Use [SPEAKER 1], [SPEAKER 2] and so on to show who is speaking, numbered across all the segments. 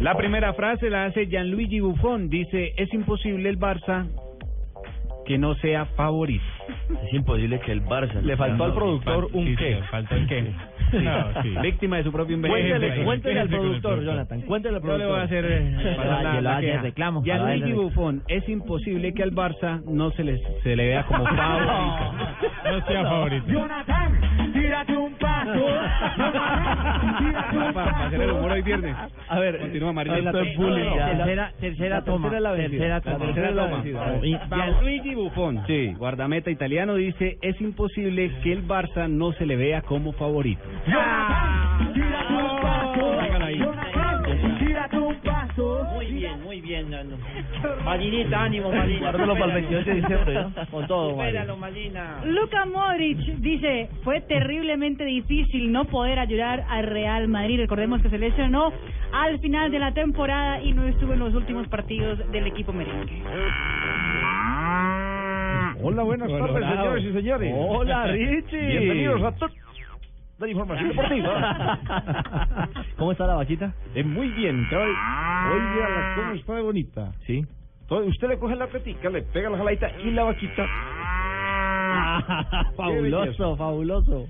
[SPEAKER 1] La primera frase la hace Gianluigi Buffon. Dice, es imposible el Barça que no sea favorito.
[SPEAKER 2] Es imposible que el Barça.
[SPEAKER 3] Le faltó al productor un
[SPEAKER 4] Sí, sí,
[SPEAKER 3] qué.
[SPEAKER 4] le faltó el qué. No, sí.
[SPEAKER 1] Víctima de su propio
[SPEAKER 4] Cuéntale, cuéntale.
[SPEAKER 1] invento.
[SPEAKER 2] Cuéntale al
[SPEAKER 4] Con el
[SPEAKER 2] productor,
[SPEAKER 4] productor.
[SPEAKER 2] Jonathan. Cuéntale al
[SPEAKER 1] Yo
[SPEAKER 2] productor.
[SPEAKER 1] le voy a hacer eh, pasar la,
[SPEAKER 2] Vaya,
[SPEAKER 1] la
[SPEAKER 2] vaya,
[SPEAKER 1] queja.
[SPEAKER 2] reclamo.
[SPEAKER 1] Gianluigi
[SPEAKER 2] Vaya,
[SPEAKER 1] Buffon, es imposible que al Barça no se le, se le vea como favorito.
[SPEAKER 4] No sea favorito.
[SPEAKER 5] Jonathan, tírate un paso. Jonathan, tírate
[SPEAKER 1] Para,
[SPEAKER 5] un
[SPEAKER 1] para hacer el humor
[SPEAKER 5] paso.
[SPEAKER 1] hoy viernes.
[SPEAKER 2] A ver, eh,
[SPEAKER 1] Continúa, María.
[SPEAKER 2] la
[SPEAKER 1] Esto es
[SPEAKER 2] ter-
[SPEAKER 1] bullying.
[SPEAKER 2] no, no,
[SPEAKER 1] Ya.
[SPEAKER 2] Tercera, tercera
[SPEAKER 3] La
[SPEAKER 2] toma.
[SPEAKER 3] tercera es la vencida.
[SPEAKER 2] Tercera
[SPEAKER 3] La
[SPEAKER 2] toma.
[SPEAKER 3] tercera es la
[SPEAKER 2] Vamos.
[SPEAKER 3] vencida.
[SPEAKER 2] Vamos.
[SPEAKER 3] Y-
[SPEAKER 1] Gianluigi Buffon,
[SPEAKER 2] Sí.
[SPEAKER 1] guardameta italiano, dice, es imposible que el Barça no se le vea como favorito.
[SPEAKER 5] Jonathan, tírate un paso.
[SPEAKER 1] Déjalo Ah. ahí.
[SPEAKER 5] Jonathan, tírate un paso.
[SPEAKER 6] Muy bien, muy bien, Nando. Marinita, ánimo, Marina.
[SPEAKER 2] Guárdalo para el 28 de diciembre, ¿no? Con todo,
[SPEAKER 6] Supéralo, Marina.
[SPEAKER 7] Luka Modric dice, fue terriblemente difícil no poder ayudar al Real Madrid. Recordemos que se lesionó al final de la temporada y no estuvo en los últimos partidos del equipo merengue.
[SPEAKER 3] Hola, buenas tardes,
[SPEAKER 2] Colorado.
[SPEAKER 3] Ah, señores y señores.
[SPEAKER 2] Hola, Richie.
[SPEAKER 3] Bienvenidos a todos. La información deportiva.
[SPEAKER 2] ¿Cómo está la vaquita?
[SPEAKER 3] Eh, muy bien, hoy Oiga, cómo está de bonita.
[SPEAKER 2] Ah. Sí.
[SPEAKER 3] Todo- usted le coge la petica, le pega la jaladita y la vaquita. Ah,
[SPEAKER 2] fabuloso, fabuloso.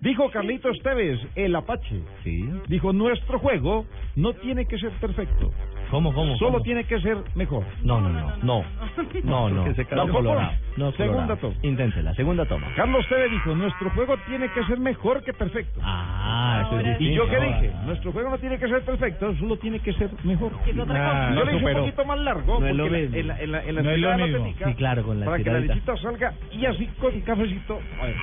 [SPEAKER 3] Dijo Carlitos Tevez, el Apache.
[SPEAKER 2] Sí.
[SPEAKER 3] Dijo, nuestro juego no tiene que ser perfecto,
[SPEAKER 4] ¿Cómo, cómo?
[SPEAKER 3] solo
[SPEAKER 4] cómo?
[SPEAKER 3] tiene que ser mejor.
[SPEAKER 2] No, no, no, no. No, no.
[SPEAKER 3] Porque se
[SPEAKER 2] No,
[SPEAKER 3] cayó.
[SPEAKER 2] Colorado. No,
[SPEAKER 3] Segunda
[SPEAKER 2] Colorado.
[SPEAKER 3] toma.
[SPEAKER 2] Inténtela, segunda toma.
[SPEAKER 3] Carlos Tevez dijo, nuestro juego tiene que ser mejor que perfecto.
[SPEAKER 2] Ah, eso es
[SPEAKER 7] Ahora sí.
[SPEAKER 2] distinto.
[SPEAKER 3] ¿Y yo qué
[SPEAKER 2] Ahora.
[SPEAKER 3] dije? Nuestro juego no tiene que ser perfecto, solo tiene que ser mejor.
[SPEAKER 7] Es otra
[SPEAKER 4] Ah,
[SPEAKER 7] cosa.
[SPEAKER 3] yo
[SPEAKER 4] lo
[SPEAKER 3] le dije un
[SPEAKER 4] superó.
[SPEAKER 3] poquito más largo,
[SPEAKER 2] No es
[SPEAKER 3] porque
[SPEAKER 2] lo
[SPEAKER 3] la-
[SPEAKER 2] mismo.
[SPEAKER 3] en la, en la, en la
[SPEAKER 4] No es lo
[SPEAKER 3] estirada de la
[SPEAKER 4] mismo.
[SPEAKER 3] petica,
[SPEAKER 2] Sí, claro, con la
[SPEAKER 3] para que la
[SPEAKER 2] estiradita.
[SPEAKER 3] lechita salga y así con cafecito. a ver.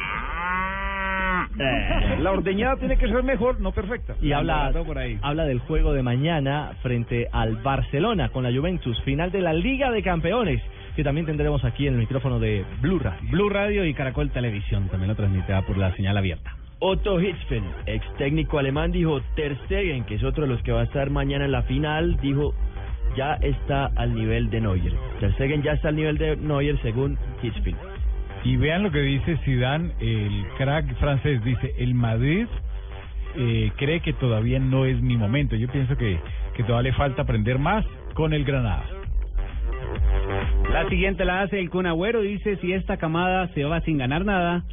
[SPEAKER 2] Eh.
[SPEAKER 3] La ordeñada tiene que ser mejor, no perfecta.
[SPEAKER 2] Y habla,
[SPEAKER 1] Colorado por ahí.
[SPEAKER 2] habla del juego de mañana frente al Barcelona con la Juventus, final de la Liga de Campeones, que también tendremos aquí en el micrófono de Blue Radio.
[SPEAKER 1] Blue Radio y Caracol Televisión también lo transmitirá por la señal abierta.
[SPEAKER 8] Otto Hitzfeld, ex técnico alemán, dijo Ter Stegen, que es otro de los que va a estar mañana en la final, dijo ya está al nivel de Neuer. Ter Stegen ya está al nivel de Neuer según Hitzfeld.
[SPEAKER 4] Y vean lo que dice Zidane, el crack francés, dice, el Madrid eh, cree que todavía no es mi momento. Yo pienso que, que todavía le falta aprender más con el Granada.
[SPEAKER 1] La siguiente la hace el Kun Agüero, dice, si esta camada se va sin ganar nada,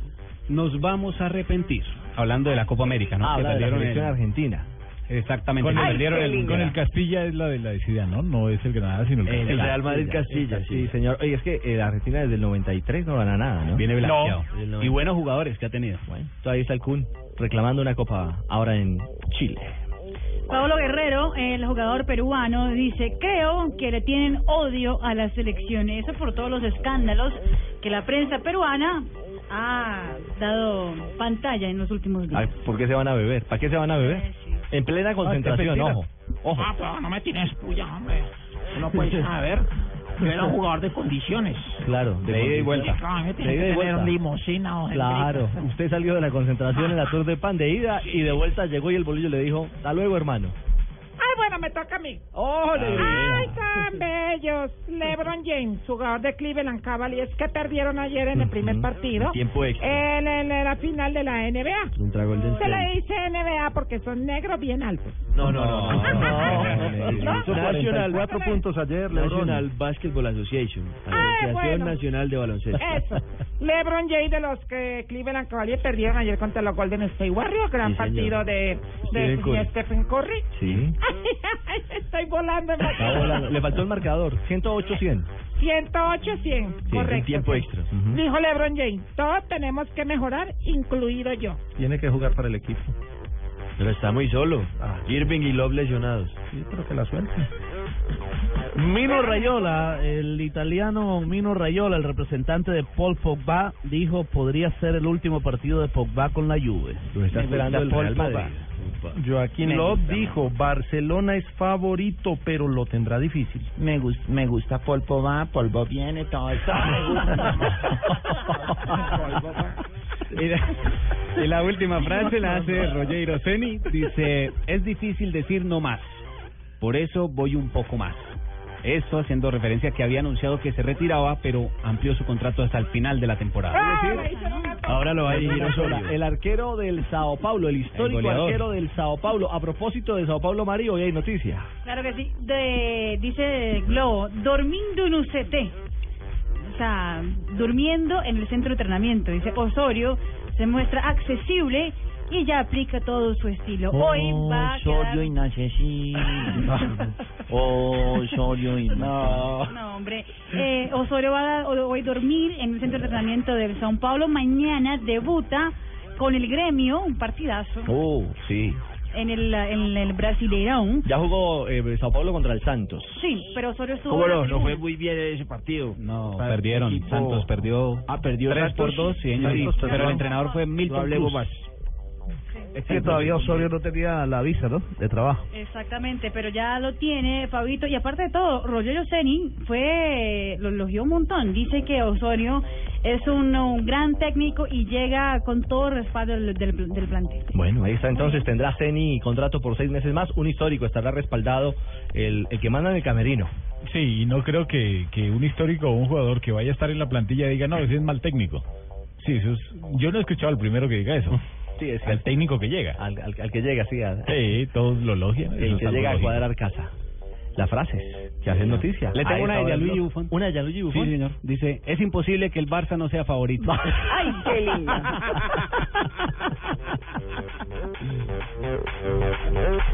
[SPEAKER 1] nos vamos a arrepentir. Hablando de la Copa América, ¿no?
[SPEAKER 2] Ah, habla de la
[SPEAKER 1] perdieron
[SPEAKER 2] selección
[SPEAKER 1] el-
[SPEAKER 2] argentina.
[SPEAKER 1] Exactamente.
[SPEAKER 4] Con
[SPEAKER 1] que
[SPEAKER 4] el,
[SPEAKER 1] perdieron el-
[SPEAKER 4] con el Castilla es la de la de Zidane, ¿no? No es el Granada, sino el
[SPEAKER 2] El,
[SPEAKER 4] Castilla.
[SPEAKER 2] Real Madrid Castilla, sí, señor. Oye, es que eh, la Argentina desde el 93 no gana nada, ¿no?
[SPEAKER 1] Viene blanqueado.
[SPEAKER 2] No.
[SPEAKER 1] Y buenos jugadores que ha tenido.
[SPEAKER 2] Bueno, todavía está el Kun reclamando una copa ahora en Chile.
[SPEAKER 7] Pablo Guerrero, el jugador peruano, dice, creo que le tienen odio a las selecciones, eso por todos los escándalos que la prensa peruana ha dado pantalla en los últimos
[SPEAKER 2] Ay,
[SPEAKER 7] días.
[SPEAKER 2] ¿Por qué se van a beber? ¿Para qué se van a beber? En plena concentración,
[SPEAKER 3] Ah,
[SPEAKER 2] ojo. Ojo.
[SPEAKER 6] Ah, pero no me tienes puya, hombre. No puedes saber. Yo era un jugador de condiciones.
[SPEAKER 2] Claro, de Ah, este ida y vuelta.
[SPEAKER 6] Claro,
[SPEAKER 2] De
[SPEAKER 6] me
[SPEAKER 2] ida
[SPEAKER 6] tienes
[SPEAKER 2] y
[SPEAKER 6] que tener
[SPEAKER 2] vuelta.
[SPEAKER 6] limosina o
[SPEAKER 2] Claro, usted salió de la concentración en la Tour de Pan de ida y de vuelta llegó y el bolillo le dijo, hasta luego hermano.
[SPEAKER 6] Ay, bueno, me toca a mí. Ay, tan bellos. LeBron James, jugador de Cleveland Cavaliers, que perdieron ayer en el primer
[SPEAKER 2] Ujú.
[SPEAKER 6] partido.
[SPEAKER 2] Tiempo extra.
[SPEAKER 6] En, en la final de la NBA.
[SPEAKER 2] Un trago el del
[SPEAKER 6] Se le dice NBA porque son negros bien altos.
[SPEAKER 2] No, no, no. no,
[SPEAKER 6] No,
[SPEAKER 2] no,
[SPEAKER 6] no.
[SPEAKER 2] Hizo
[SPEAKER 6] Nacional,
[SPEAKER 2] 44 puntos ayer, LeBron.
[SPEAKER 8] National Basketball Association,
[SPEAKER 6] Ah,
[SPEAKER 8] Asociación
[SPEAKER 6] bueno.
[SPEAKER 8] Nacional de Baloncesto.
[SPEAKER 6] Eso. LeBron James de los que Cleveland Cavaliers perdieron ayer contra los Golden State Warriors, gran
[SPEAKER 8] Sí,
[SPEAKER 6] partido
[SPEAKER 8] señor.
[SPEAKER 6] de, de
[SPEAKER 8] Stephen Curry.
[SPEAKER 6] Stephen Curry.
[SPEAKER 2] Sí.
[SPEAKER 6] Estoy volando en
[SPEAKER 2] Está volando. Le faltó el marcador, 108-100.
[SPEAKER 6] 108 100,
[SPEAKER 8] Sí, en
[SPEAKER 6] correcto.
[SPEAKER 8] tiempo
[SPEAKER 6] sí.
[SPEAKER 8] extra.
[SPEAKER 2] Ujú.
[SPEAKER 6] Dijo LeBron James, todos tenemos que mejorar, incluido yo.
[SPEAKER 3] Tiene que jugar para el equipo.
[SPEAKER 8] Pero está muy solo. Irving y Love lesionados.
[SPEAKER 3] Sí, pero que la suerte.
[SPEAKER 9] Mino Rayola, el italiano Mino Rayola, el representante de Paul Pogba, dijo podría ser el último partido de Pogba con la Juve.
[SPEAKER 2] Lo está esperando el Real Madrid.
[SPEAKER 9] Joaquín Love dijo, Barcelona es favorito, pero lo tendrá difícil.
[SPEAKER 6] Me, gusta me gusta Polvo va, Polvo viene, todo eso. Me gusta.
[SPEAKER 1] Y la, y la última frase la hace Roger Ceni. Dice, es difícil decir no más. Por eso voy un poco más. Esto haciendo referencia a que había anunciado que se retiraba, pero amplió su contrato hasta el final de la temporada.
[SPEAKER 6] Ah, le hice un gato.
[SPEAKER 8] Ahora lo va a dirigir
[SPEAKER 2] Hola,
[SPEAKER 8] Osorio.
[SPEAKER 2] el arquero del Sao Paulo, el histórico
[SPEAKER 1] goleador.
[SPEAKER 2] arquero del Sao Paulo. A propósito de Sao Paulo, Mario, hoy hay noticia.
[SPEAKER 7] Claro que sí. De, dice Globo, dormindo en UCT. O sea, durmiendo en el centro de entrenamiento. Dice Osorio, se muestra accesible y ya aplica todo su estilo. Hoy va a quedar...
[SPEAKER 8] Osorio y no.
[SPEAKER 7] No, hombre. Eh, Osorio va a hoy dormir en el centro de entrenamiento del Sao Paulo. Mañana debuta con el gremio, un partidazo,
[SPEAKER 8] Oh, sí.
[SPEAKER 7] en el, en el Brasileirão.
[SPEAKER 2] Ya jugó eh, Sao Paulo contra el Santos.
[SPEAKER 7] Sí, pero Osorio estuvo...
[SPEAKER 8] ¿Cómo
[SPEAKER 7] en la
[SPEAKER 8] no? No
[SPEAKER 7] tribuna.
[SPEAKER 8] fue muy bien ese partido.
[SPEAKER 1] No,
[SPEAKER 8] Para
[SPEAKER 1] perdieron.
[SPEAKER 8] el equipo-
[SPEAKER 1] Santos perdió
[SPEAKER 8] Ah, perdió
[SPEAKER 1] 3 por
[SPEAKER 8] Santos.
[SPEAKER 1] 2, sí, señor.
[SPEAKER 8] Sí,
[SPEAKER 1] Sí, pero
[SPEAKER 8] perdón.
[SPEAKER 1] el entrenador fue
[SPEAKER 8] No
[SPEAKER 1] Milton
[SPEAKER 8] hablemos
[SPEAKER 1] Cruz.
[SPEAKER 8] más.
[SPEAKER 9] Es que todavía Osorio no tenía la visa, ¿no? De trabajo.
[SPEAKER 7] Exactamente, pero ya lo tiene Fabito. Y aparte de todo, Rogelio Ceni fue, lo elogió un montón. Dice que Osorio es un, un gran técnico y llega con todo el respaldo del, del, del plantel.
[SPEAKER 2] Bueno, ahí está. Entonces tendrá Ceni contrato por seis meses más. Un histórico estará respaldado el, el que manda en el camerino.
[SPEAKER 4] Sí, y no creo que, que un histórico o un jugador que vaya a estar en la plantilla diga, no, ese es mal técnico. Sí, eso es, yo no he escuchado al primero que diga eso.
[SPEAKER 2] Sí, es
[SPEAKER 4] Al técnico que llega.
[SPEAKER 2] al, al- al que llega, sí. al-
[SPEAKER 4] Sí, todos lo logian. eso
[SPEAKER 2] el
[SPEAKER 4] es
[SPEAKER 2] que
[SPEAKER 4] algo
[SPEAKER 2] llega a
[SPEAKER 4] lógico.
[SPEAKER 2] cuadrar casa. Las frases que hacen noticia.
[SPEAKER 1] Le tengo una de
[SPEAKER 2] A esta hora del
[SPEAKER 1] Gianluigi
[SPEAKER 2] blog.
[SPEAKER 1] Buffon.
[SPEAKER 2] Una de Gianluigi
[SPEAKER 1] Sí,
[SPEAKER 2] Buffon.
[SPEAKER 1] señor. Dice, es imposible que el Barça no sea favorito.
[SPEAKER 7] ¡Ay, qué lindo!